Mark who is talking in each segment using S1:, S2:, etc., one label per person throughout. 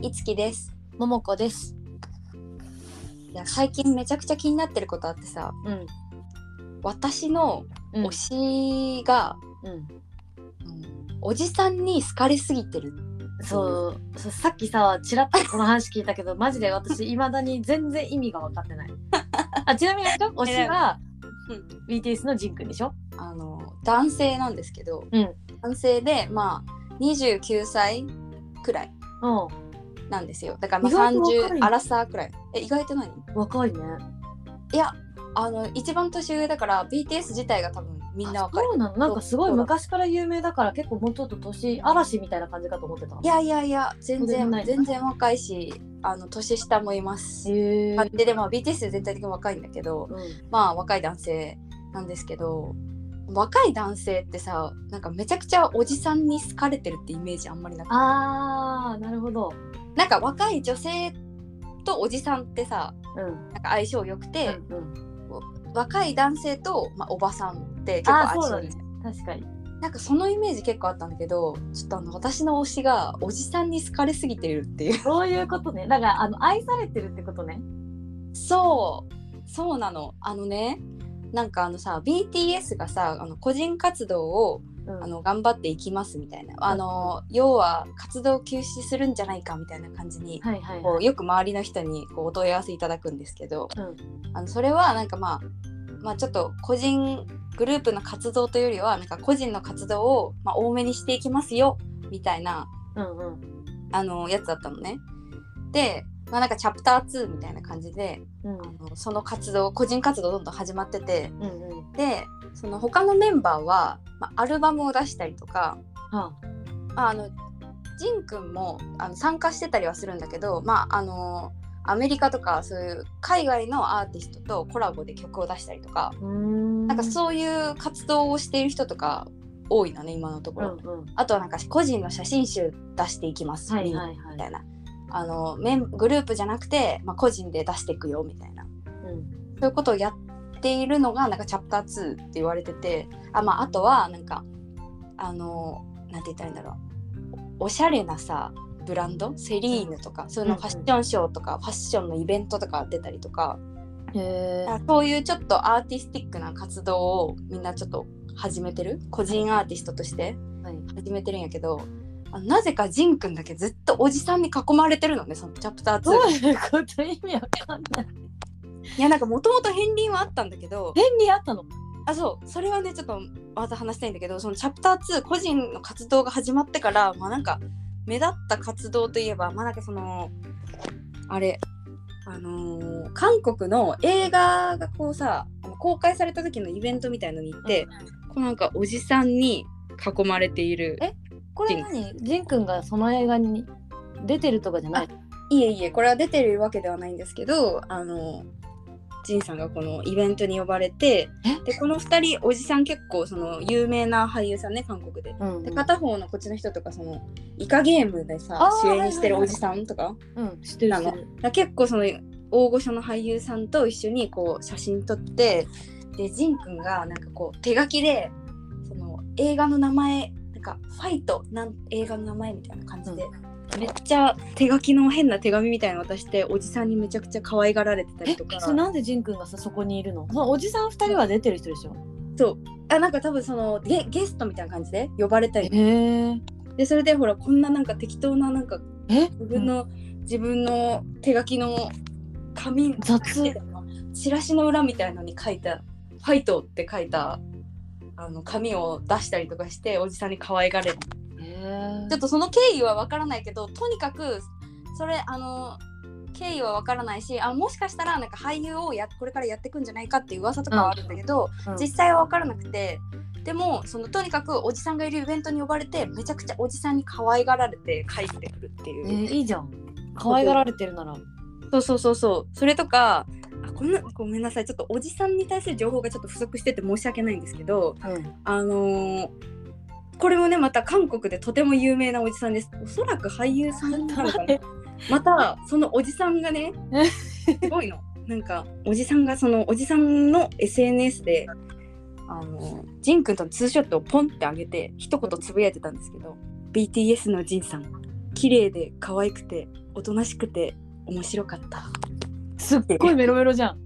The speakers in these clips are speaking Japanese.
S1: いつきです。
S2: ももこです。
S1: いや最近めちゃくちゃ気になってることあってさ、
S2: うん。
S1: 私の
S2: うん
S1: 推しが、
S2: うん。
S1: おじさんに好かれすぎてる。
S2: そう、そうさっきさ、ちらっとこの話聞いたけど、マジで私、いまだに全然意味が分かって ない。あ、ちなみに、推しは
S1: う
S2: BTS のジンくんでしょ
S1: あの男性なんですけど、
S2: うん
S1: 男性でまあ29歳くらい
S2: うん。
S1: なんですよ。だからまあ
S2: 意外と若い
S1: 30アラサーくらい。え意外と何？
S2: 若いね。
S1: いやあの一番年上だから BTS 自体が多分みんな
S2: あ
S1: 若い。
S2: そうなのなんかすごい
S1: そうだ
S2: 昔から有名だから結構もうちょっと年嵐みたいな感じかと思ってた
S1: いやいやいや全
S2: そうでも
S1: 然
S2: ない
S1: 全然若いしあの年下もいます。
S2: へえ
S1: 感じで、まあ、BTS 全体的に若いんだけど
S2: うん
S1: まあ若い男性なんですけど若い男性ってさなんかめちゃくちゃおじさんに好かれてるってイメージあんまりなくて
S2: あーなるほど
S1: なんか若い女性とおじさんってさ
S2: うん
S1: なんか相性良くて、
S2: うんうん
S1: 若い男性と、まあ、おばさんって結構
S2: あーそう
S1: 相性
S2: だ
S1: い
S2: ね
S1: いじゃん
S2: 確かに
S1: なんかそのイメージ結構あったんだけどちょっとあの私の推しがおじさんに好かれすぎてるっていう
S2: そういうことねだからあの愛されてるってことね
S1: そうそうなのあのねなんかあのさ BTS がさあの個人活動を
S2: うん
S1: あの頑張っていきますみたいなあの要は活動休止するんじゃないかみたいな感じに
S2: はいはい
S1: こ
S2: は
S1: う
S2: い
S1: よく周りの人にこうお問い合わせいただくんですけど
S2: うん
S1: あのそれはなんかまあまあちょっと個人グループの活動というよりはなんか個人の活動をまあ多めにしていきますよみたいな
S2: うんうん
S1: あのやつだったのね。でまあなんかチャプター2みたいな感じで
S2: うん
S1: あのその活動個人活動どんどん始まってて
S2: うんうん
S1: でその他のメンバーは、まあ、アルバムを出したりとか
S2: は
S1: まあ、あのジンくんもあの参加してたりはするんだけど、まあ、あのアメリカとかそういう海外のアーティストとコラボで曲を出したりとか
S2: あ、うーん
S1: なんかそういう活動をしている人とか多いのね今のとこ
S2: うん
S1: ろ、
S2: うん
S1: あとはなんか個人の写真集出していきます、
S2: はい
S1: みんな
S2: はいは
S1: み
S2: い
S1: たいなあのメングループじゃなくて、まあ、個人で出していくよみたいな
S2: うん
S1: そういうことをやっているのがなんかチャプター2って言われててあ,、まあ、あとはなんかあのなんて言ったらいいんだろうおしゃれなさブランドセリーヌとか、そういうの
S2: うん
S1: フ
S2: うん
S1: ァッションショーとか、ファッションのイベントとか出たりとか、
S2: へえ
S1: あそういうちょっとアーティスティックな活動をみんなちょっと始めてる個人アーティストとして
S2: はい
S1: 始めてるんやけどあなぜかジンくんだけずっとおじさんに囲まれてるのねそのチャプター2
S2: どういうこと意味わかん ない
S1: いやなんかもともと片鱗はあったんだけど
S2: 便利あったの
S1: あそうそれはねちょっとまた話したいんだけどそのチャプター2個人の活動が始まってからまあなんか目立った活動といえばまあなんかそのあれあのー韓国の映画がこうさあの公開された時のイベントみたいのに行って、こうなんかおじさんに囲まれている
S2: えこれ何ジンくんがその映画に出てるとかじゃない
S1: いえいえこれは出てるわけではないんですけどあのジンさんがこのイベントに呼ばれて
S2: え
S1: でこの2人おじさん結構その有名な俳優さんね韓国で。
S2: うんうん
S1: で片方のこっちの人とかそのイカゲームでさ
S2: あー
S1: 主演してるおじさんとか,、
S2: うん知ってる
S1: な
S2: 知
S1: の
S2: ってる
S1: 結構その大御所の俳優さんと一緒にこう写真撮ってでジンくんがなんかこう手書きでその映画の名前なんか「ファイト」なん映画の名前みたいな感じで、めっちゃ手書きの変な手紙みたいなの渡しておじさんにめちゃくちゃ可愛がられてたり
S2: え
S1: とか
S2: それなんでジンくんがさそこにいるのそのおじさん二人は出てる人でしょ
S1: そうあなんか多分そのゲゲストみたいな感じで呼ばれたり
S2: へえ
S1: でそれでほらこんななんか適当ななんか
S2: え
S1: 自分の、自分の手書きの紙
S2: 雑
S1: チラシの裏みたいのに書いた「ファイト」って書いたあの紙を出したりとかしておじさんに可愛がれる
S2: へえ
S1: ちょっとその経緯はわからないけどとにかくそれあの経緯はわからないしあもしかしたらなんか俳優をやこれからやっていくんじゃないかっていう噂とかはあるんだけど、
S2: うん
S1: 実際はわからなくてでもそのとにかくおじさんがいるイベントに呼ばれてめちゃくちゃおじさんに可愛がられて帰ってくるっていう。
S2: えーいいじゃん可愛がられてるなら
S1: そうそうそうそうそれとかあこんなごめんなさいちょっとおじさんに対する情報がちょっと不足してて申し訳ないんですけど
S2: うん
S1: あのーこれもねまた韓国でとても有名なおじさんですおそらく俳優さんなのかなまたそのおじさんがねすごいのなんかおじさんがそのおじさんの SNS であのージンくんとのツーショットをポンって上げて一言つぶやいてたんですけど BTS のジンさん綺麗で可愛くておとなしくて面白かった
S2: すっごいメロメロじゃん。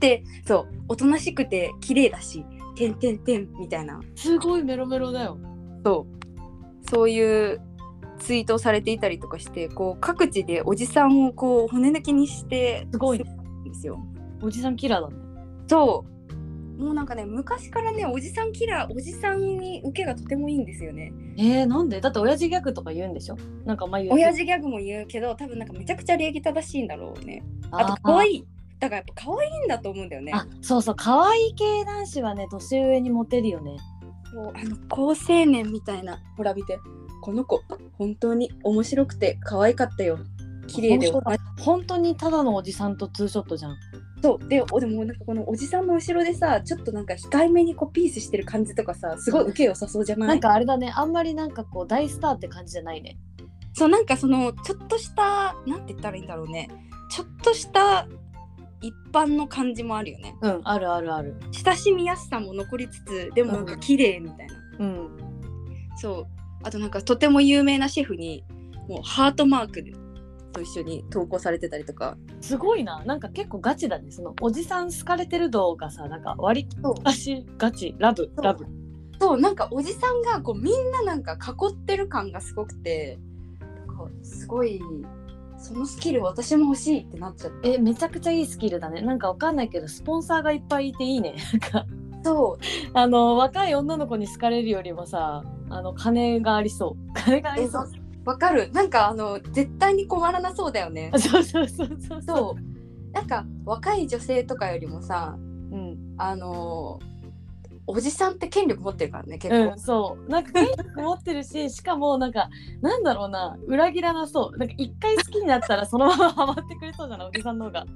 S1: でそうおとなしくて綺麗だし「てんてんてん」みたいな
S2: すごいメロメロだよ。
S1: そうそういうツイートをされていたりとかしてこう各地でおじさんをこう骨抜きにして
S2: すごい
S1: んですよ。
S2: おじさんキラーだね。
S1: そうもうなんかね昔からねおじさんキラーおじさんに受けがとてもいいんですよね。
S2: えー、なんでだって親父ギャグとか言うんでしょなんか前言う
S1: 親父ギャグも言うけど多分なんかめちゃくちゃ礼儀正しいんだろうね。あと
S2: ー
S1: 可愛いだからやっぱ可愛いんだと思うんだよね。
S2: あそうそう可愛い系男子はね年上にモテるよね
S1: こうあの高青年みたいなほら見てこの子本当に面白くて可愛かったよ綺麗で
S2: 本当だ本当にただのおじさんとツーショットじゃん
S1: そうでおでもなんかこのおじさんの後ろでさちょっとなんか控えめにこうピースしてる感じとかさすごい受け良さそうじゃない
S2: なんかあれだねあんまりなんかこう大スターって感じじゃないね
S1: そうなんかそのちょっとしたなんて言ったらいいんだろうねちょっとした一般の感じもあるよね
S2: うんあるあるある
S1: 親しみやすさも残りつつでもなんか綺麗みたいな、
S2: うん
S1: そうあとなんかとても有名なシェフにもうハートマークと一緒に投稿されてたりとか
S2: すごいななんか結構ガチだねそのおじさん好かれてる動画さなんか割
S1: そう
S2: かしガチラブ
S1: そう
S2: ラブ
S1: そうなんかおじさんがこうみんななんか囲ってる感がすごくてなんかすごいそのスキル私も欲しいってなっちゃって
S2: えめちゃくちゃいいスキルだねなんかわかんないけどスポンサーがいっぱいいていいねなんか
S1: そう
S2: あの若い女の子に好かれるよりもさあの金があり そう金があり
S1: え
S2: そう
S1: わわかるなんかあの絶対に困らなそうだよね
S2: そうそうそうそうそう
S1: そうなんか若い女性とかよりもさ
S2: うん、
S1: あのおじさんって権力持ってるからね結
S2: う
S1: 構
S2: ん、、そうなんか権力持ってるし しかもなんかなんだろうな裏切らなそうなんか一回好きになったらそのままハマってくれそうじゃないおじさんの方が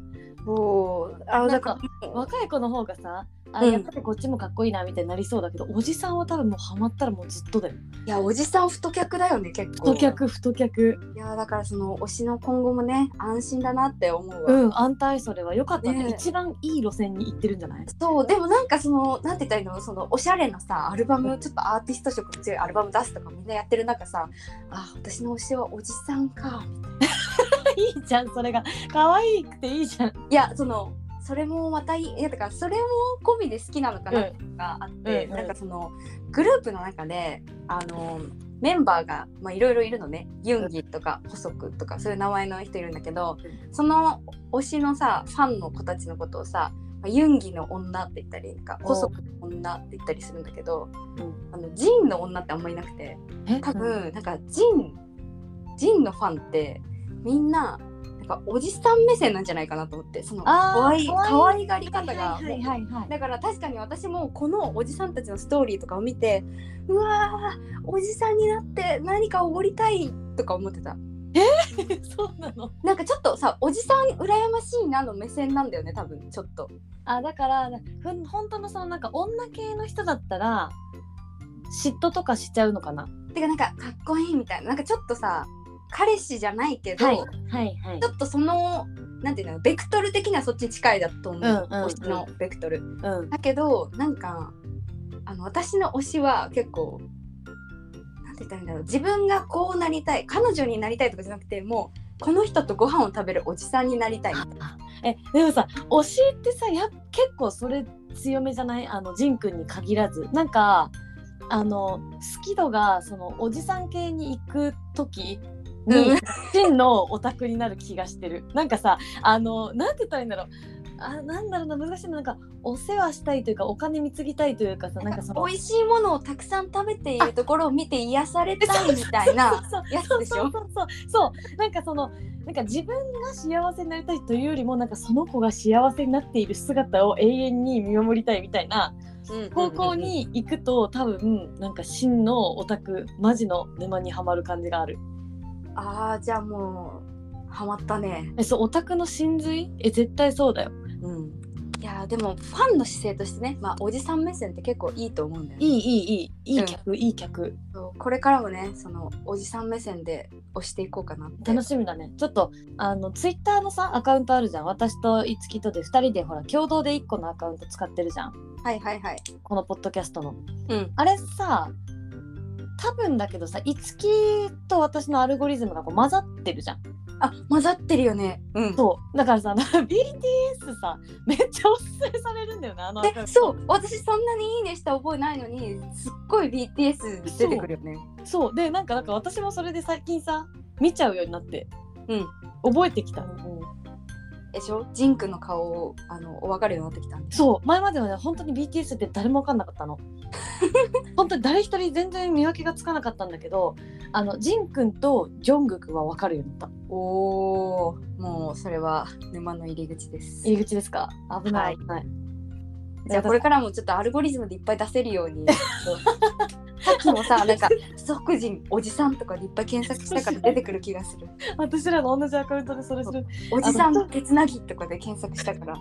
S1: そうあ
S2: な
S1: だ
S2: んか
S1: か
S2: 若い子の方がさあ
S1: うん
S2: やっぱりこっちもかっこいいなみたいになりそうだけど、おじさんは多分もうハマったらもうずっとだよ
S1: らいやおじさん太客だよね結構
S2: 太客太客
S1: いやだからその推しの今後もね安心だなって思うわ、
S2: うん安泰それはよかったね
S1: ねえ
S2: 一番いい路線に行ってるんじゃない
S1: そうでもなんかそのなんて言ったらいいのそのおしゃれなさアルバムちょっとアーティスト色の強いアルバム出すとかみんなやってる中さあ私の推しはおじさんか
S2: いいじゃんそれが可愛くていいじゃん
S1: いやそのそれもまたいいいやだからそれも込みで好きなのかなっていうのがあって、
S2: うんうん
S1: なんかそのグループの中であのメンバーがまあいろいろいるのねユンギとか細くとかそういう名前の人いるんだけどその推しのさファンの子たちのことをさまあユンギの女って言ったりなんか
S2: お
S1: 細くの女って言ったりするんだけど、
S2: うん
S1: あのジンの女ってあんまいなくて
S2: え
S1: 多分なんかジンジンのファンってみんななんかおじさん目線なんじゃないかなと思ってその
S2: あー
S1: 可愛い
S2: 可愛い
S1: 可愛がり方が
S2: はいはいはいはい
S1: だから確かに私もこのおじさんたちのストーリーとかを見てうわーおじさんになって何かおごりたいとか思ってた
S2: そうなの
S1: なんかちょっとさおじさん羨ましいなの目線なんだよね多分ちょっと
S2: あだからふん本当のそのなんか女系の人だったら嫉妬とかしちゃうのかな
S1: てかなんかかっこいいみたいななんかちょっとさ彼氏じゃないけど、
S2: はいはい
S1: ちょっとそのなんていうのベクトル的にはそっちに近いだと思う、
S2: うんうんうん
S1: 推しのベクトル
S2: うん
S1: だけどなんかあの私の推しは結構なんて言ったらいいんだろう自分がこうなりたい彼女になりたいとかじゃなくてもうこの人とご飯を食べるおじさんになりたい
S2: えでもさ推しってさやっ結構それ強めじゃないあのジンくんに限らずなんかあの好き度がそのおじさん系に行く時に、
S1: うん
S2: 真のオタクになる気がしてるなんかさあのなんて言ったらいいんだろうあなんだろうな難しいななんかお世話したいというかお金貢ぎたいというかさなんかその
S1: 美味しいものをたくさん食べているところを見て癒されたいみたいな
S2: そう
S1: やつでし
S2: そう
S1: ょ
S2: そうそうそうなんかそのなんか自分が幸せになりたいというよりもなんかその子が幸せになっている姿を永遠に見守りたいみたいな方向に行くと多分なんか真のオタクマジの沼にはまる感じがある
S1: ああじゃあもうハマったね
S2: えそうオタクの真髄え絶対そうだよ
S1: うんいやーでもファンの姿勢としてね、まあ、おじさん目線って結構いいと思うんだよね
S2: いいいいいいいい客、いい客
S1: そうこれからもねそのおじさん目線で押していこうかなって
S2: 楽しみだねちょっとあのツイッターのさアカウントあるじゃん私といつきとで2人でほら共同で1個のアカウント使ってるじゃん
S1: はいはいはい
S2: このポッドキャストの
S1: うん
S2: あれさ多分だけどさ樹と私のアルゴリズムがこう混ざってるじゃん
S1: あ混ざってるよねうん
S2: そうだからさ BTS さめっちゃおすすめされるんだよねあのアカウン
S1: で
S2: ト
S1: そう私そんなにいいねした覚えないのにすっごい BTS 出てくるよね
S2: そうでなんかなんか私もそれで最近さ見ちゃうようになって
S1: うん
S2: 覚えてきた
S1: でしょジンクの顔をあの分かるようになってきたんで
S2: そう前まではね本当に BTS って誰も分かんなかっ たの本当に誰一人全然見分けがつかなかったんだけどあのジン君とジョングクは分かるようになった
S1: おおもうそれは沼の入り口です
S2: 入り口ですか危な
S1: はいい
S2: 危ない、
S1: じゃあこれからもちょっとアルゴリズムでいっぱい出せるよう にさっきもさなんか「即人おじさん」とかでいっぱい検索したから出てくる気がする
S2: 私らの同じアカウントでそれする
S1: 「おじさん手つなぎ」とかで検索したから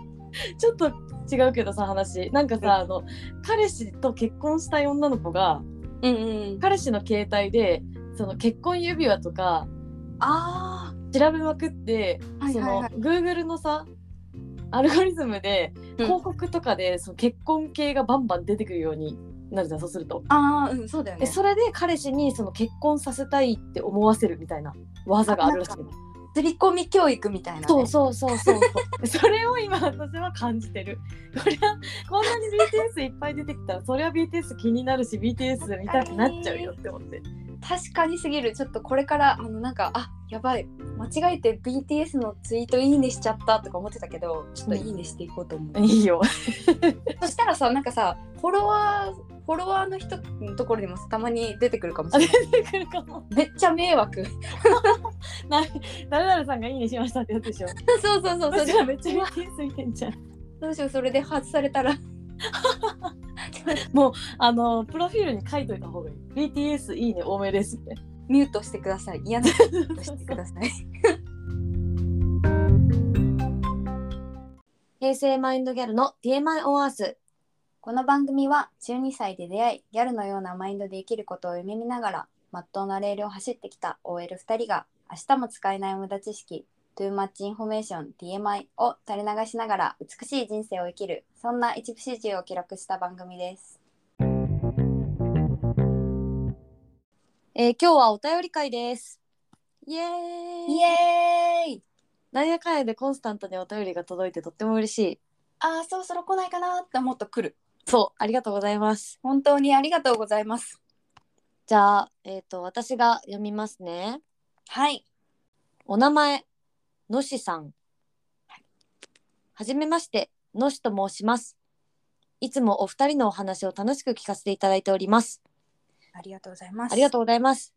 S2: ちょっと違うけどさ話なんかさあの彼氏と結婚したい女の子が
S1: うんうん
S2: 彼氏の携帯でその結婚指輪とか
S1: あ
S2: 調べまくって、
S1: はいはいはい
S2: その Google のさアルゴリズムで
S1: うん
S2: 広告とかでその結婚系がバンバン出てくるようになるじゃんそうすると。
S1: あああうんそうだよ
S2: で
S1: ね
S2: それで彼氏にその結婚させたいって思わせるみたいな技があるらしいの。
S1: 刷り込み教育みたいな、ね、
S2: そうそうそうそうそう。それを今私は感じてる。これはこんなに BTS いっぱい出てきたらそりゃ BTS 気になるし BTS 見たくなっちゃうよって思って。
S1: 確かにすぎるちょっとこれからあのなんかあやばい間違えて BTS のツイートいいねしちゃったとか思ってたけどちょっといいねしていこうと思う、
S2: い いよ。
S1: そしたらさなんかさフォロワーフォロワーの人のところにもさたまに出てくるかもし れない
S2: 出てくるかも。
S1: めっちゃ迷惑
S2: な誰々さんがいいねしましたってやつでしょ。
S1: そうそうそうそう
S2: 私はめっちゃ BTS 見てんじゃん。
S1: どうしようそれで外されたら
S2: あのプロフィールに書いといた方がいい。BTS いいね多めですって。
S1: ミュートしてください嫌なことミュートしてください
S2: 平成マインドギャルの TMI on Earth。
S1: この番組は12歳で出会いギャルのようなマインドで生きることを夢見ながらまっとうなレールを走ってきた OL2 人が明日も使えない無駄知識 Too Much Information TMI を垂れ流しながら美しい人生を生きるそんな一部始終を記録した番組です
S2: えー今日はお便り会です。イエーイ。
S1: イエーイ
S2: なんやかんやでコンスタントにお便りが届いてとっても嬉しい。
S1: あーそろそろ来ないかなって思っと来る
S2: そう、ありがとうございます。
S1: 本当にありがとうございます
S2: じゃあ、えっ、と、私が読みますね。
S1: はい
S2: お名前、のしさん。はじめまして、のしと申します。いつもお二人のお話を楽しく聞かせていただいております。
S1: ありがとうございます
S2: ありがとうございます。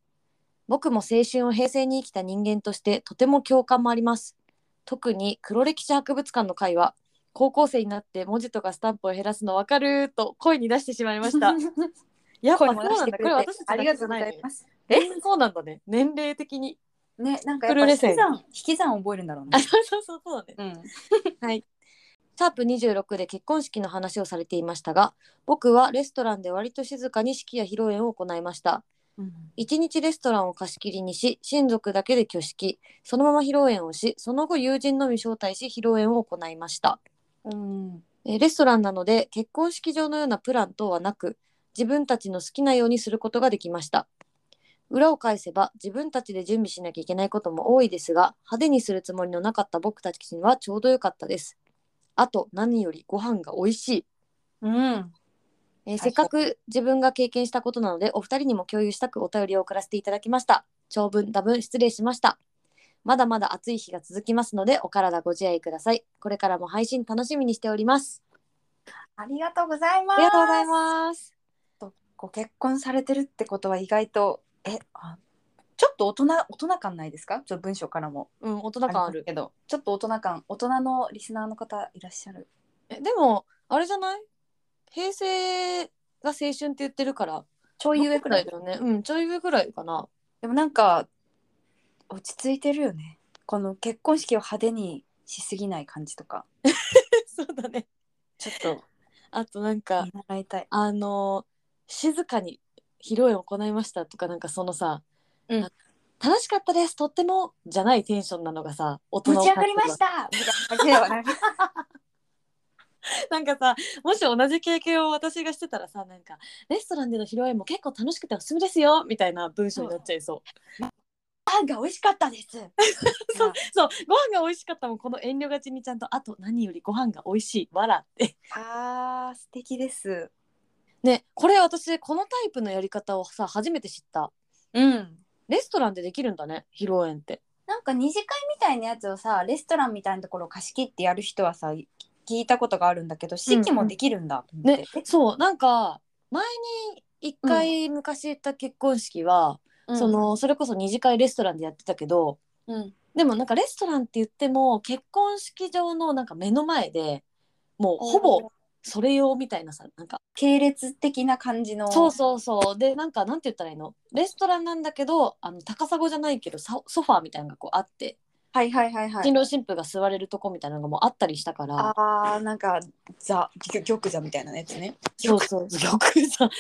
S2: 僕も青春を平成に生きた人間としてとても共感もあります。特に黒歴史博物館の会は高校生になって文字とかスタンプを減らすのわかると声に出してしまいました。 やっぱ
S1: 声
S2: そう
S1: も出
S2: な
S1: し
S2: ん
S1: て
S2: だ。
S1: く
S2: こ
S1: れ
S2: れ
S1: て
S2: 私たち
S1: あ
S2: だ
S1: り
S2: け
S1: が
S2: じ
S1: と
S2: ゃ
S1: うござ
S2: ないの
S1: い
S2: よ。
S1: ます
S2: え、そうなんだね。年齢的に。
S1: ねなんか
S2: プロ
S1: や
S2: レ
S1: っ
S2: ス
S1: ぱ引
S2: やん
S1: き算引き算覚えるんだろう
S2: あ、
S1: ね
S2: そうそうそうそうだね。
S1: うん
S2: シャープ26で結婚式の話をされていましたが、僕はレストランで割と静かに式や披露宴を行いました。
S1: うん
S2: 一日レストランを貸し切りにし親族だけで挙式そのまま披露宴をしその後友人のみ招待し披露宴を行いました
S1: うん
S2: えーレストランなので結婚式場のようなプラン等はなく自分たちの好きなようにすることができました裏を返せば自分たちで準備しなきゃいけないことも多いですが派手にするつもりのなかった僕たちにはちょうど良かったですあと何よりご飯が美味しい
S1: うん、
S2: えーせっかく自分が経験したことなのでお二人にも共有したくお便りを送らせていただきました長文多分失礼しましたまだまだ暑い日が続きますのでお体ご自愛くださいこれからも配信楽しみにしております
S1: ありがとうございま
S2: あ
S1: す。
S2: りがとうございます
S1: ご結婚されてるってことは意外とえあちょっと大人大人感ないですか？ちょっと文章からも
S2: うん大人感あ
S1: ります
S2: る
S1: けど、ちょっと大人感大人のリスナーの方いらっしゃる。
S2: えでもあれじゃない平成が青春って言ってるから
S1: ちょい上くらい
S2: だ。よねうんちょい上くらいかな
S1: でもなんか落ち着いてるよね。この結婚式を派手にしすぎない感じとか、
S2: そうだね
S1: ちょっと
S2: あとなんか
S1: 見習いたい。
S2: あの静かに披露宴を行いましたとかなんかそのさ、
S1: うん
S2: あ楽しかったですとってもじゃないテンションなのがさ大人
S1: 持
S2: を
S1: ち上がりましたみたいな感じではない。
S2: なんかさもし同じ経験を私がしてたらさなんかレストランでの披露宴も結構楽しくておすすめですよみたいな文章になっちゃいそう
S1: パンが美味しかった です。
S2: そう そうご飯が美味しかったもんこの遠慮がちにちゃんとあと何よりご飯が美味しいわらって
S1: あー素敵です。
S2: ねこれ私このタイプのやり方をさ初めて知った
S1: うん。
S2: レストランでできるんだね披露宴って
S1: なんか二次会みたいなやつをさレストランみたいなところを貸し切ってやる人はさ聞いたことがあるんだけど式もできるんだと思って。
S2: ねそうなんか前に一回昔行った結婚式は、
S1: うん
S2: そ、のそれこそ二次会レストランでやってたけど
S1: うん、
S2: でもなんかレストランって言っても結婚式場のなんか目の前でもうほぼそれ用みたいなさなんか
S1: 系列的な感じの。
S2: そうそうそうでなんかなんて言ったらいいのレストランなんだけどあの高砂じゃないけどソソファーみたいなのがこうあって
S1: はいはいはいはい
S2: 新。郎新婦が座れるとこみたいなのがもうあったりしたから、
S1: あーなんかザ玉玉座みたいなやつね。
S2: そうそう 玉座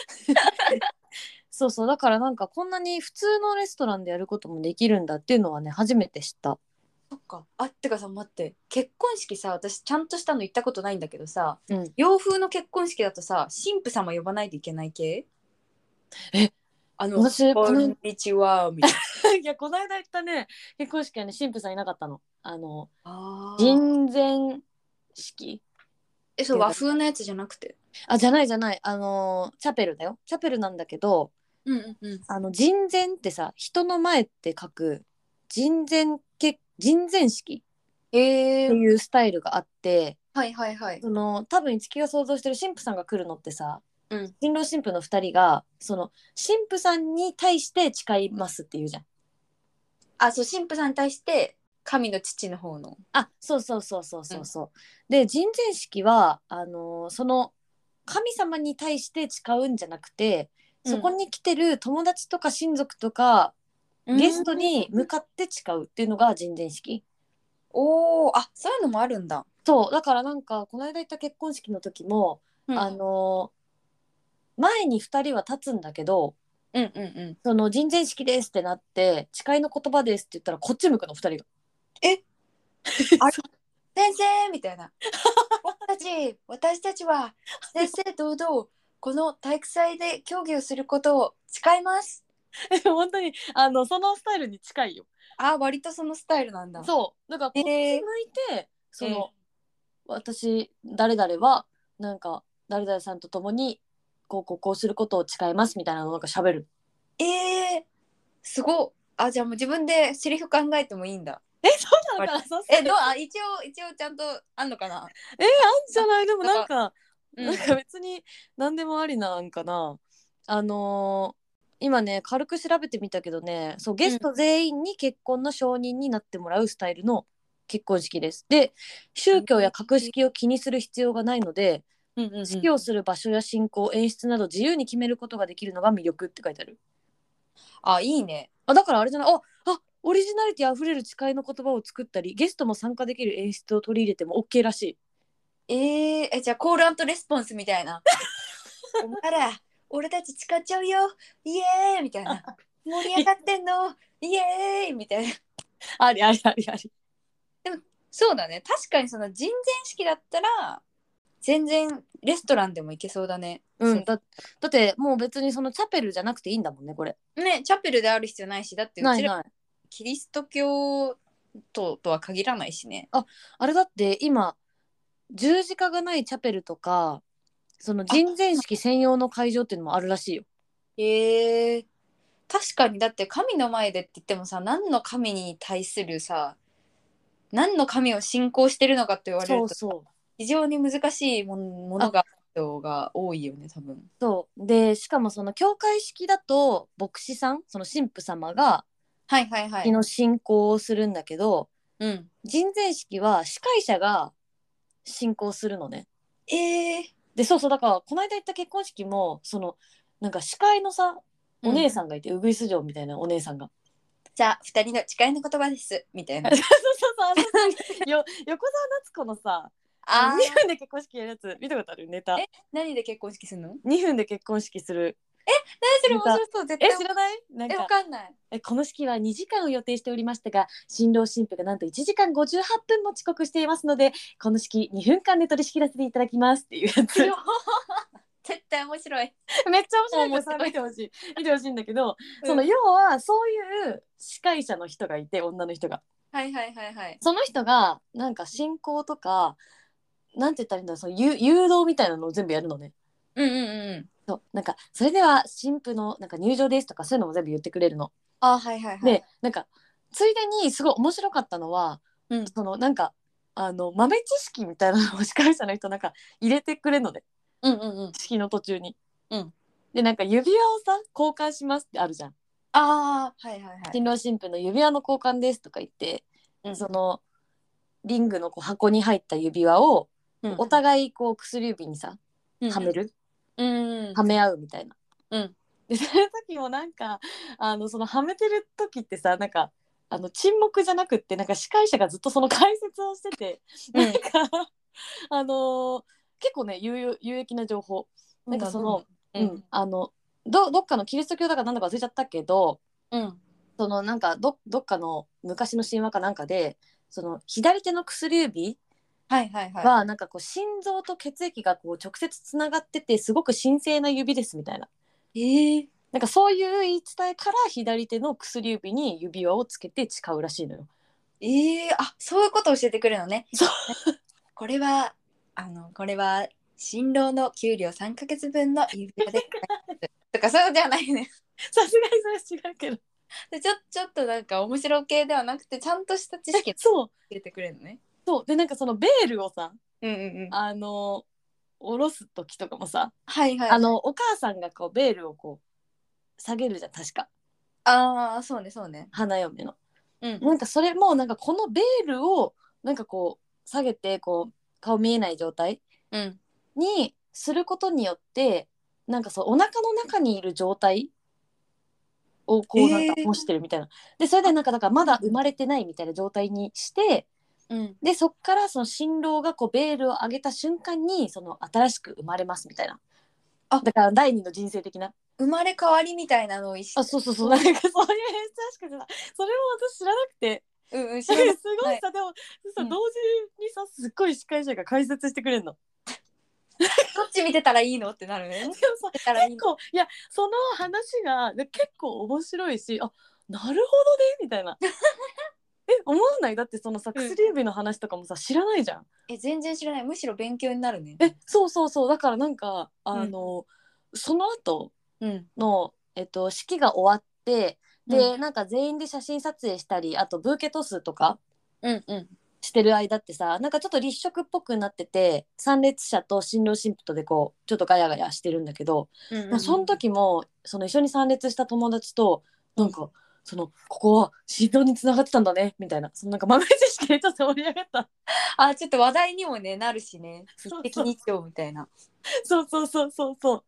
S2: そうそうだからなんかこんなに普通のレストランでやることもできるんだっていうのはね初めて知った
S1: そっか。あってかさ待って結婚式さ私ちゃんとしたの行ったことないんだけどさ、
S2: うん
S1: 洋風の結婚式だとさ新婦様呼ばないといけない系
S2: え
S1: あの
S2: 私
S1: こ
S2: この
S1: んにちはみたいな。
S2: いやこの間行ったね結婚式はね新婦さんいなかったのあの
S1: あー
S2: 人前式
S1: えそう和風のやつじゃなくて。
S2: あじゃないじゃないあのチャペルだよチャペルなんだけど
S1: うんうんうん。
S2: あの人前ってさ人の前って書く人前け人前式
S1: え
S2: っていうスタイルがあって、
S1: はいはいはい。
S2: その多分一木が想像してる神父さんが来るのってさ、
S1: うん
S2: 新郎新婦の2人がその神父さんに対して誓いますって言うじゃん。
S1: あそう新婦さんに対して神の父の方の。
S2: あそうそうそうそうそうそう。で人前式はあのーその神様に対して誓うんじゃなくてそこに来てる友達とか親族とか、ゲストに向かって誓うっていうのが人前式。
S1: おおあそういうのもあるんだ。
S2: そうだからなんかこの間行った結婚式の時も、
S1: うん
S2: あのー前に2人は立つんだけど、
S1: うんうんうん。
S2: その人前式ですってなって誓いの言葉ですって言ったらこっち向くの2人が
S1: 先生みたいな私たち私たちは先生堂々この体育祭で競技をすることを誓います
S2: 本当にあのそのスタイルに近いよ
S1: あー割とそのスタイルなんだ
S2: そうだからこっち向
S1: えー
S2: いて、その、私誰々はなんか誰々さんと共にこうこうこうすることを誓いますみたいなのをなんか喋る
S1: えーすごっあじゃあもう自分でセリフ考えてもいいんだ
S2: だ からさえ
S1: えどうあ一応一応ちゃんとあんのかな
S2: えー、あんじゃないでもなんか
S1: うん
S2: なんか別に何でもありなんかなあのー今ね軽く調べてみたけどねそうゲスト全員に結婚の承認になってもらうスタイルの結婚式です。で宗教や格式を気にする必要がないので
S1: うんうんうん
S2: 式をする場所や進行演出など自由に決めることができるのが魅力って書いてある。
S1: あいいね
S2: あだからあれじゃないああオリジナリティあふれる誓いの言葉を作ったりゲストも参加できる演出を取り入れても OK らしい。
S1: えー、えじゃあコールアンドレスポンスみたい なお前ら俺たち誓っちゃうよイエーイみたい な盛り上がってんのイエーイみたいな
S2: ありありありあり。
S1: そうだね確かにその人前式だったら全然レストランでも行けそうだね
S2: うん、だだってもう別にそのチャペルじゃなくていいんだもんねこれ。
S1: ねチャペルである必要ないしだってう
S2: ない
S1: ちら
S2: ない。
S1: キリスト教徒とは限らないしね
S2: あれだって今十字架がないチャペルとかその人前式専用の会場っていうのもあるらしいよ。
S1: へえ確かにだって神の前でって言ってもさ何の神に対するさ何の神を信仰してるのかって言われ
S2: そ
S1: る
S2: う
S1: と
S2: そう。
S1: 非常に難しいもんものが人が多いよね多分
S2: そうでしかもその教会式だと牧師さんその神父様が
S1: はいはいは
S2: 式
S1: い
S2: の進行をするんだけど、
S1: うん
S2: 人前式は司会者が進行するのね。
S1: ええ
S2: でそうそうだからこの間行った結婚式もそのなんか司会のさお姉さんがいて、うぐいす嬢みたいなお姉さんが。
S1: じゃあ二人の誓いの言葉ですみたいな
S2: そうそうそうあのさ よ横澤夏子のさ
S1: あー
S2: 2分で結婚式やるやつ見たことあるネタ
S1: え何で結婚式するの
S2: 2分で結婚式する
S1: それ面白そう絶対
S2: え知らないなん
S1: え
S2: か
S1: わかんない
S2: えこの式は2時間を予定しておりましたが新郎新婦がなんと1時間58分も遅刻していますのでこの式2分間で取り仕切らせていただきますっていうやつめっちゃ
S1: 絶対面白い
S2: 面白 いか
S1: 面白
S2: ら
S1: い
S2: それ見てほしい見てほしいんだけど、
S1: うん
S2: その要はそういう司会者の人がいて女の人が
S1: はいはいはいはい
S2: その人がなんか進行とかなんて言ったらいいんだろうその誘誘導みたいなのを全部やるのね
S1: うんうんうん
S2: そうなんかそれでは新婦のなんか入場ですとかそういうのも全部言ってくれるの。
S1: あはいはいはい
S2: でなんかついでにすごい面白かったのは、
S1: うん
S2: そのなんかあの豆知識みたいなのを司会者の人なんか入れてくれるので
S1: うんうんうん
S2: 式の途中に。
S1: うん
S2: でなんか指輪をさ交換しますってあるじゃん。
S1: あーはいはいはい
S2: 新郎新婦の指輪の交換ですとか言って、
S1: うん
S2: そのリングのこう箱に入った指輪を
S1: うん
S2: お互いこう薬指にさ
S1: うん
S2: はめる、
S1: うん
S2: はめ合うみたいな。
S1: うん
S2: でその時もなんかあのそのはめてる時ってさなんかあの沈黙じゃなくってなんか司会者がずっとその解説をしてて、
S1: うん
S2: なんかあのー結構ね有有益な情報なんかその、
S1: う
S2: うんんあのどどっかのキリスト教だかなんだか忘れちゃったけど
S1: うん
S2: そのなんかどどっかの昔の神話かなんかでその左手の薬指
S1: はいはいはい
S2: はなんかこう心臓と血液がこう直接つながっててすごく神聖な指ですみたいな。
S1: ええ
S2: なんかそういう言い伝えから左手の薬指に指輪をつけて誓うらしいのよ。
S1: ええあそういうことを教えてくるのね
S2: そう
S1: これはあのこれは新郎の給料3か月分の指輪でとかそうじゃないね
S2: さすがにそれは違うけど。
S1: でちょちょっとなんか面白系ではなくてちゃんとした知識を
S2: そう
S1: 入れてくれるのね
S2: そうでなんかそのベールをさ
S1: うんうんうん
S2: あの下ろす時とかもさ、
S1: はいはい
S2: あのお母さんがこうベールをこう下げるじゃん確か
S1: ああそうねそうね
S2: 花嫁の。
S1: うん
S2: なんかそれもなんかこのベールをなんかこう下げてこう顔見えない状態
S1: うん
S2: にすることによってなんかそうお腹の中にいる状態をこうなんか
S1: えー
S2: 干してるみたいな、でそれでなんかだからまだ生まれてないみたいな状態にして
S1: うん
S2: でそっからその新郎がこうベールを上げた瞬間にその新しく生まれますみたいな
S1: あ
S2: だから第二の人生的な
S1: 生まれ変わりみたいなのを意識
S2: あそうそうそうなんかそういう演出らしくてさそれも私知らなくて
S1: うんうん
S2: す
S1: 知
S2: ご
S1: らない
S2: いさでもさ、
S1: うん
S2: 同時にさすっごい司会者が解説してくれるの。
S1: どっち見てたらいいのってなるね
S2: でも
S1: 見
S2: さ
S1: てたらいい
S2: 結
S1: の
S2: 構いやその話がで結構面白いしあなるほどねみたいな え思わないだってそのさ
S1: うん
S2: 薬指の話とかもさ知らないじゃん、
S1: え全然知らないむしろ勉強になるね
S2: えそうそうそうだからなんかあの、その後
S1: うん
S2: のえっと式が終わってで、
S1: う
S2: なんか全員で写真撮影したりあとブーケトスとか
S1: うんうん
S2: してる間ってさなんかちょっと立食っぽくなってて参列者と新郎新婦とでこうちょっとガヤガヤしてるんだけど、
S1: うんうん
S2: まあ、その時もその一緒に参列した友達となんかそのここは心臓につながってたんだねみたいなそのなんか豆知識でちょっと盛り上がった
S1: あちょっと話題にもねなるしね
S2: そう
S1: 一
S2: そう
S1: 石二鳥みたいな。
S2: そうそうそうそうそう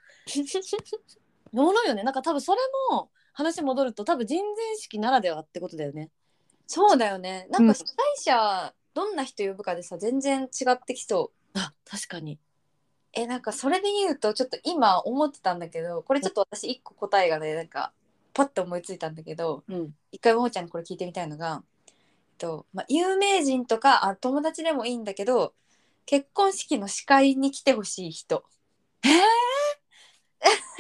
S2: おもろいよねなんか多分それも話戻ると多分人前式ならではってことだよね
S1: そうだよねな
S2: うんん
S1: か主催者どんな人呼ぶかでさ全然違ってきそう。
S2: あ確かに
S1: えなんかそれで言うとちょっと今思ってたんだけどこれちょっと私一個答えがねなんかパッと思いついたんだけど
S2: うん
S1: 一回ももちゃんにこれ聞いてみたいのが、えっとまあ、有名人とかあ友達でもいいんだけど結婚式の司会に来てほしい人。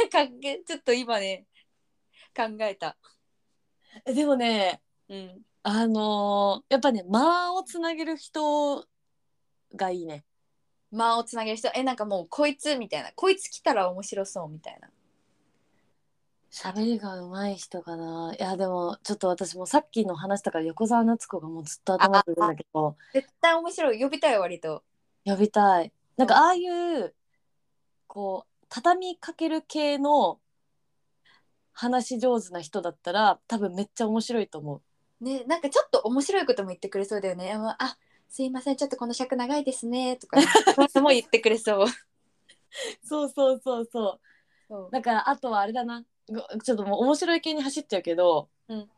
S1: え かっけちょっと今ね考えた。
S2: えでもね
S1: うん
S2: あのーやっぱね間をつなげる人がいいね
S1: 間をつなげる人えなんかもうこいつみたいなこいつ来たら面白そうみたいな
S2: 喋りが上手い人かないやでもちょっと私もさっきの話とから横澤夏子がもうずっと頭にいるんだけど
S1: 絶対面白い呼びたいよ割と
S2: 呼びたいなんかああいうこう畳みかける系の話し上手な人だったら多分めっちゃ面白いと思う
S1: ねなんかちょっと面白いことも言ってくれそうだよねあのあすいませんちょっとこの尺長いですねとか、そう いうのも言ってくれそう
S2: そうそうそうそ
S1: そう
S2: うだからあとはあれだなごちょっともう面白い系に走っちゃうけど、
S1: うん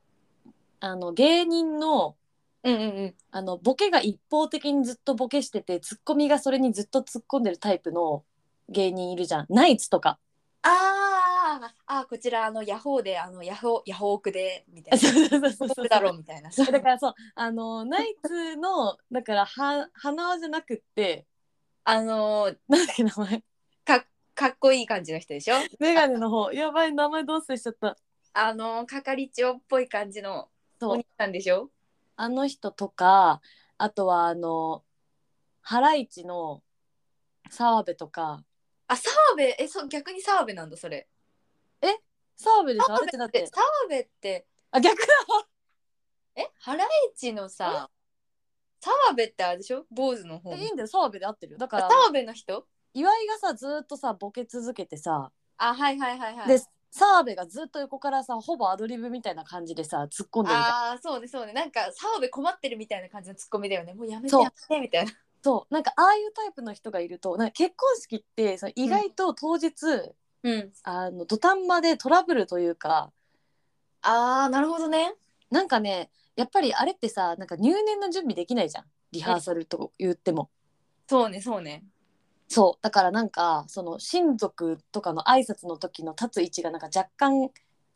S2: あの芸人の
S1: うんうんうん
S2: あのボケが一方的にずっとボケしててツッコミがそれにずっと突っ込んでるタイプの芸人いるじゃんナイツとか
S1: あーああこちらあのヤホーであのヤホーヤホークでみたいな
S2: そうそう そう
S1: どうだろうみたいなそう
S2: だからそうあのナイツのだからは花輪じゃなくって
S1: あのー
S2: なんだっけ名前
S1: かかっこいい感じの人でしょ
S2: メガネの方やばい名前どうせしちゃった
S1: あのー係長っぽい感じのお
S2: そう
S1: 兄さんでしょ
S2: あの人とかあとはあのハライチの澤部とか
S1: あ澤部えそう逆に澤部なんだそれ
S2: 澤部でしょあ
S1: 澤
S2: れって
S1: 部っ
S2: だってて
S1: 澤部って
S2: あ逆だ
S1: えハライチのさ澤部ってあれでしょ坊主の方
S2: え
S1: の
S2: いいんだよ澤部で合ってるよだから
S1: 澤部の人
S2: 岩井がさずーっとさボケ続けてさ、
S1: あはいはいはいはい
S2: で澤部がずっと横からさほぼアドリブみたいな感じでさ突っ込んでみた
S1: ああそうねそうねなんか澤部困ってるみたいな感じのツッコミだよねもうやめて
S2: そう
S1: やめてみたいな
S2: そうなんかああいうタイプの人がいるとなんか結婚式ってその意外と当日、
S1: うん
S2: あの土壇場でトラブルというか
S1: ああなるほどね
S2: なんかねやっぱりあれってさなんか入念な準備できないじゃんリハーサルと言っても。
S1: そうねそうね
S2: そうだからなんかその親族とかの挨拶の時の立つ位置がなんか若干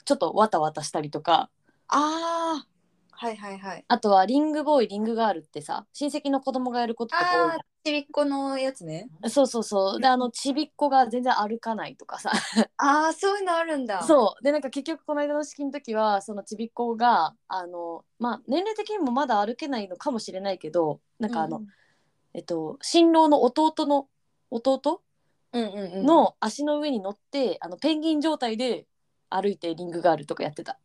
S2: ちょっとわたわたしたりとか
S1: ああはいはいはい
S2: あとはリングボーイリングガールってさ親戚の子供がやることとか多
S1: あ
S2: い
S1: あちびっこのやつね
S2: そうそうそうであのちびっこが全然歩かないとかさ
S1: ああそういうのあるんだう
S2: そうでなんか結局この間の式の時はそのちびっ子があのまあ年齢的にもまだ歩けないのかもしれないけどなんかあの、えっと新郎の弟の弟
S1: うんうんうん
S2: の足の上に乗って、あのペンギン状態で歩いてリングガールとかやって た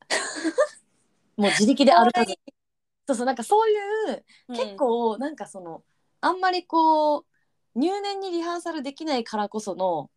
S2: もう自力で歩かずそうそうなんかそういう、結構なんかそのあんまりこう入念にリハーサルできないからこその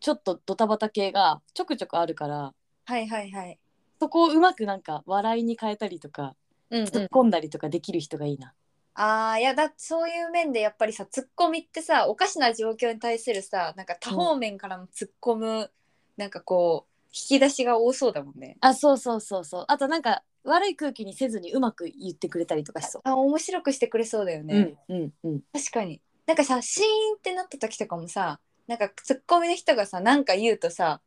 S2: ちょっとドタバタ系がちょくちょくあるから
S1: はいはいはい
S2: そこをうまくなんか笑いに変えたりとか
S1: うん
S2: 突っ込んだりとかできる人がいいな、
S1: ああいやだそういう面でやっぱりさツッコミってさおかしな状況に対するさなんか多方面からのツッコむなんかこう引き出しが多そうだもんね
S2: あそうそうそうそうあとなんか悪い空気にせずにうまく言ってくれたりとかしそう、
S1: あ面白くしてくれそうだよね、
S2: うんうんうん
S1: 確かになんかさシーンってなった時とかもさなんかツッコミの人がさなんか言うとさ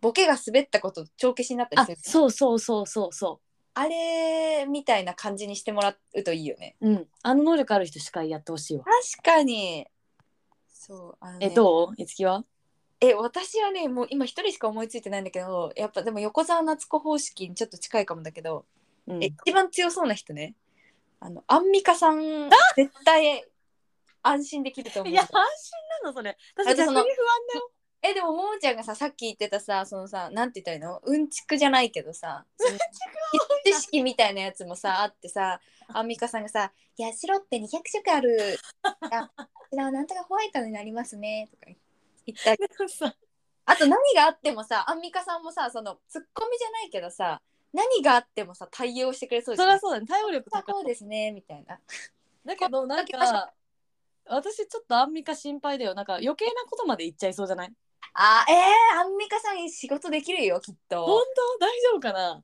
S1: ボケが滑ったこと帳消しになったり
S2: あ
S1: する
S2: そうそうそうそうそ
S1: あれみたいな感じにしてもらうといいよね
S2: ううんあの能力ある人しかやってほしいわ
S1: 確かにそうあのね
S2: えどういつきは
S1: え私はねもう今一人しか思いついてないんだけどやっぱでも横澤夏子方式にちょっと近いかもだけど、
S2: うん
S1: え一番強そうな人ねあのアンミカさん絶対安心できると思う
S2: いや安心なのそれ
S1: あ
S2: 私
S1: と
S2: 逆
S1: そ
S2: に
S1: の
S2: 不安だよ
S1: えでもももちゃんがささっき言ってたさそのさなんて言ったらいいのうんちくじゃないけどさその知識みたいなやつもさあってさアンミカさんがさ「いや白って200色あるあこちらはなんとかホワイトになりますね」とか言ったり
S2: さ
S1: あと何があってもさアンミカさんもさそのツッコミじゃないけどさ何があってもさ対応してくれそうです
S2: そり
S1: ね
S2: ゃ。そうだね対応力
S1: あ
S2: 高
S1: こ
S2: いう
S1: ですねみたいな。
S2: だけどなんか私ちょっとアンミカ心配だよなんか余計なことまで言っちゃいそうじゃない
S1: あえー、アンミカさん仕事できるよきっ
S2: 本
S1: と。
S2: 当大丈夫かな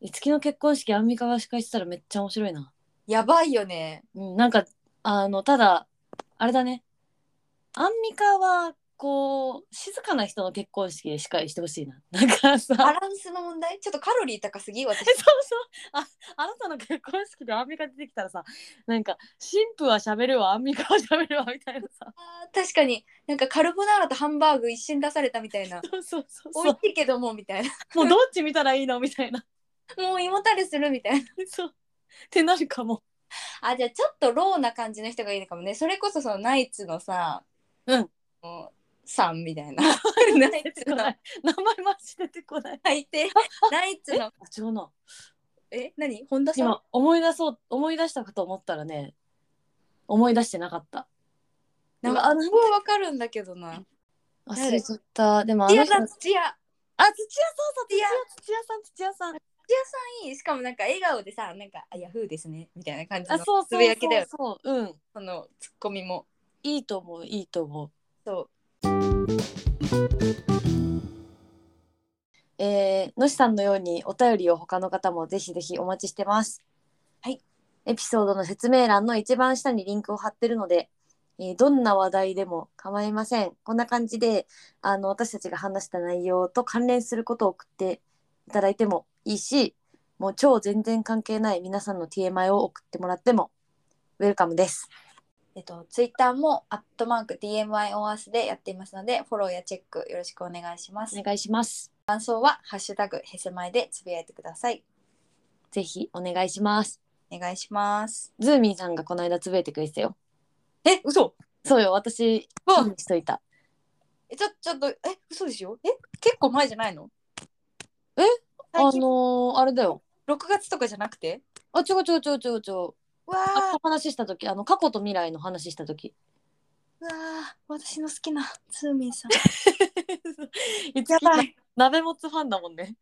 S2: いつきの結婚式アンミカが司会してたらめっちゃ面白いな
S1: やばいよね。
S2: うんなんかあのただあれだねアンミカはこう静かな人の結婚式で司会してほしいな なんかさ
S1: バランスの問題ちょっとカロリー高すぎ私
S2: えそうそうああなたの結婚式でアンミカ出てきたらさなんか新婦は喋るわアンミカは喋るわみたいな さ
S1: あー確かになんかカルボナーラとハンバーグ一瞬出されたみたいな
S2: そうそう そう
S1: 美
S2: そ
S1: 味しいけどもみたいな
S2: うもうどっち見たらいいのみたいな
S1: もう胃もたれするみたいな
S2: そうってなるかも
S1: あじゃあちょっとローな感じの人がいいのかもねそれこそそのナイツのさ
S2: うん
S1: もうさんみたい なナイ
S2: 出て
S1: ツ
S2: こ
S1: の
S2: ない名前マジ出てこない
S1: 最 低ナイツ
S2: えあ
S1: の
S2: 違うな
S1: え何本田さん
S2: 今思い出そう思い出したかと思ったらね思い出してなかった
S1: なん
S2: うわ
S1: か
S2: あなん
S1: す
S2: だ
S1: ごいわかるんだけどな
S2: 忘れちゃったでもあ
S1: 土
S2: の
S1: 屋
S2: 人
S1: さ
S2: あ土
S1: ん
S2: 屋そう
S1: 土屋
S2: そう土屋土屋さん土屋さん
S1: 土屋さんいいしかもなんか笑顔でさなんかあヤフーですねみたいな感じ
S2: あ
S1: の
S2: そうそう
S1: つぶやきだよね
S2: そうそううん
S1: そのツッコミも
S2: いいと思ういいと思う
S1: そう
S2: えー、のしさんのようにお便りを他の方もぜひぜひお待ちしてます。
S1: はい。
S2: エピソードの説明欄の一番下にリンクを貼ってるので、えーどんな話題でも構いません。こんな感じで、あの、私たちが話した内容と関連することを送っていただいてもいいし、もう超全然関係ない皆さんの TMI を送ってもらってもウェルカムです。
S1: えっと、ツイッターも、アットマーク DMI オンアースでやっていますので、フォローやチェックよろしくお願いします。
S2: お願いします。
S1: 感想は、ハッシュタグ、へせまいでつぶやいてください。
S2: ぜひお願いします。
S1: お願いします。
S2: ズーミンさんがこの間つぶえてくれてたよ。
S1: え、嘘
S2: そうよ、私、
S1: わ
S2: インしといた。
S1: え、ちょ、ちょっと、え、嘘でしょえ、結構前じゃないの
S2: えあ
S1: 最
S2: の
S1: 近
S2: ー、あれだよ。
S1: 6月とかじゃなくて
S2: あ、ちょこちょこちょこちょこちょこ。
S1: わ
S2: あ
S1: あ、
S2: お話しした時、あの、過去と未来の話した時。
S1: わあ、私の好きなツーミンさん。
S2: いつ
S1: やばい。
S2: 鍋もつファンだもんね。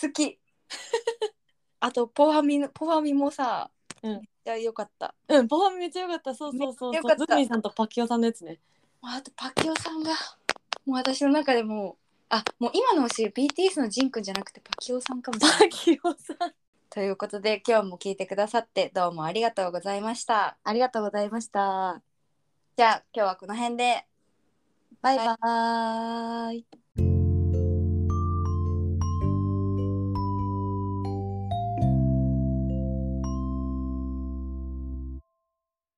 S1: 好き。 あと、ポワミの、ポワミもさ、
S2: うん
S1: めっちゃ良かった。
S2: うん、パフォーマンスめっちゃ良かった。そうそうそう
S1: めっちゃ
S2: そ
S1: 良か
S2: う。
S1: っ
S2: ズ
S1: た
S2: ーミンさんとパキオさんのやつね。
S1: もうあと、パキオさんが、もう私の中でもう、あ、もう今の教え BTS のジンくんじゃなくてパキオさんかも しれない。
S2: キオさん。
S1: ということで、今日も聞いてくださって、どうもありがとうございました。
S2: ありがとうございました。
S1: じゃあ、今日はこの辺で。
S2: バイバーイ。